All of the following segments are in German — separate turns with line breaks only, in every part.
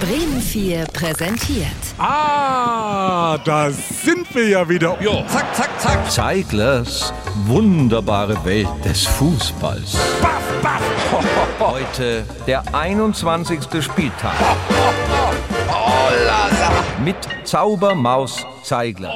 Bremen 4 präsentiert.
Ah, da sind wir ja wieder.
Jo.
Zack, zack, zack.
Zeiglers wunderbare Welt des Fußballs.
Baff, baff. Ho, ho.
Heute der 21. Spieltag. Mit Zaubermaus Zeigler.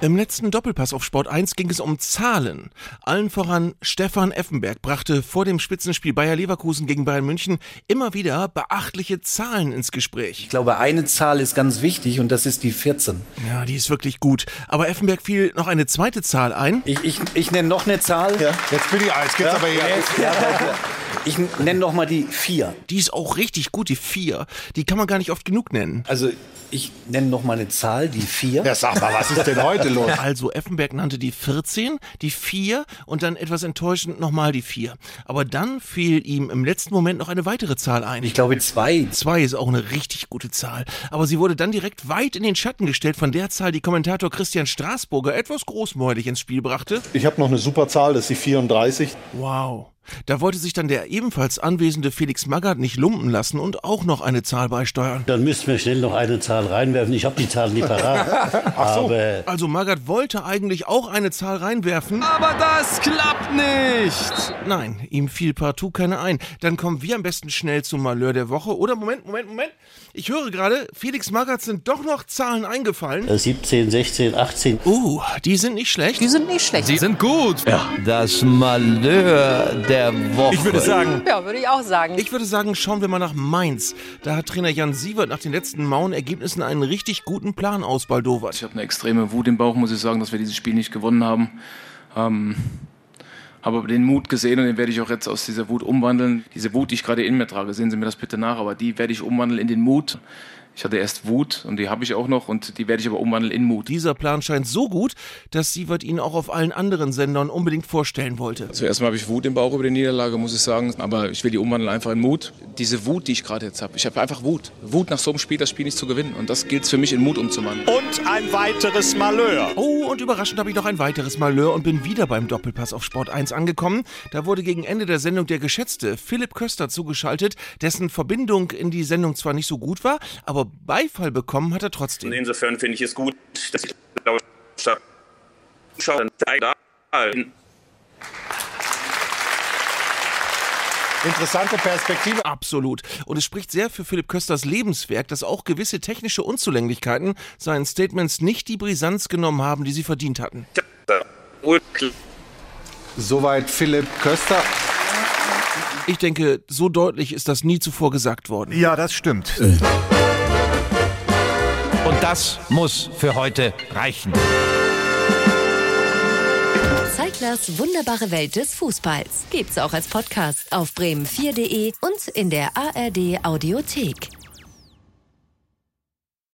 Im letzten Doppelpass auf Sport 1 ging es um Zahlen. Allen voran Stefan Effenberg brachte vor dem Spitzenspiel Bayer Leverkusen gegen Bayern München immer wieder beachtliche Zahlen ins Gespräch.
Ich glaube, eine Zahl ist ganz wichtig und das ist die 14.
Ja, die ist wirklich gut. Aber Effenberg fiel noch eine zweite Zahl ein.
Ich, ich, ich nenne noch eine Zahl.
Jetzt bin ich Eis, gibt's aber hier.
Ja, danke. Ich nenne noch mal die 4.
Die ist auch richtig gut, die vier. Die kann man gar nicht oft genug nennen.
Also ich nenne noch mal eine Zahl, die 4.
Ja, sag mal, was ist denn heute los?
Also Effenberg nannte die 14, die 4 und dann etwas enttäuschend nochmal die 4. Aber dann fiel ihm im letzten Moment noch eine weitere Zahl ein.
Ich glaube, 2.
2 ist auch eine richtig gute Zahl. Aber sie wurde dann direkt weit in den Schatten gestellt von der Zahl, die Kommentator Christian Straßburger etwas großmäulig ins Spiel brachte.
Ich habe noch eine super Zahl, das ist die 34.
Wow. Da wollte sich dann der ebenfalls anwesende Felix Magath nicht lumpen lassen und auch noch eine Zahl beisteuern.
Dann müssten wir schnell noch eine Zahl reinwerfen. Ich habe die Zahlen nicht parat. Aber
Also Magath wollte eigentlich auch eine Zahl reinwerfen.
Aber das klappt nicht.
Nein, ihm fiel partout keine ein. Dann kommen wir am besten schnell zum Malheur der Woche. Oder Moment, Moment, Moment. Ich höre gerade, Felix Magath sind doch noch Zahlen eingefallen.
17, 16, 18.
Uh, die sind nicht schlecht.
Äh. Die sind nicht schlecht.
Die sind gut.
Das Malheur der Woche.
Ich würde sagen,
Ja, würde ich auch sagen.
Ich würde sagen, schauen wir mal nach Mainz. Da hat Trainer Jan Sievert nach den letzten mauen Ergebnissen einen richtig guten Plan ausbaldowert.
Ich habe eine extreme Wut im Bauch, muss ich sagen, dass wir dieses Spiel nicht gewonnen haben. Ähm, habe aber den Mut gesehen und den werde ich auch jetzt aus dieser Wut umwandeln. Diese Wut, die ich gerade in mir trage, sehen Sie mir das bitte nach, aber die werde ich umwandeln in den Mut. Ich hatte erst Wut und die habe ich auch noch und die werde ich aber umwandeln in Mut.
Dieser Plan scheint so gut, dass Sievert ihn auch auf allen anderen Sendern unbedingt vorstellen wollte.
Also erstmal habe ich Wut im Bauch über die Niederlage, muss ich sagen, aber ich will die umwandeln einfach in Mut. Diese Wut, die ich gerade jetzt habe, ich habe einfach Wut. Wut nach so einem Spiel, das Spiel nicht zu gewinnen und das gilt es für mich in Mut umzuwandeln.
Und ein weiteres Malheur.
Oh, und überraschend habe ich noch ein weiteres Malheur und bin wieder beim Doppelpass auf Sport 1 angekommen. Da wurde gegen Ende der Sendung der geschätzte Philipp Köster zugeschaltet, dessen Verbindung in die Sendung zwar nicht so gut war, aber Beifall bekommen hat er trotzdem.
Insofern finde ich es gut, dass ich glaube, Zuschauer da
Interessante Perspektive.
Absolut. Und es spricht sehr für Philipp Kösters Lebenswerk, dass auch gewisse technische Unzulänglichkeiten seinen Statements nicht die Brisanz genommen haben, die sie verdient hatten.
Soweit Philipp Köster.
Ich denke, so deutlich ist das nie zuvor gesagt worden.
ja, das stimmt.
Und das muss für heute reichen.
Zeiglers wunderbare Welt des Fußballs gibt's auch als Podcast auf bremen4.de und in der ARD Audiothek.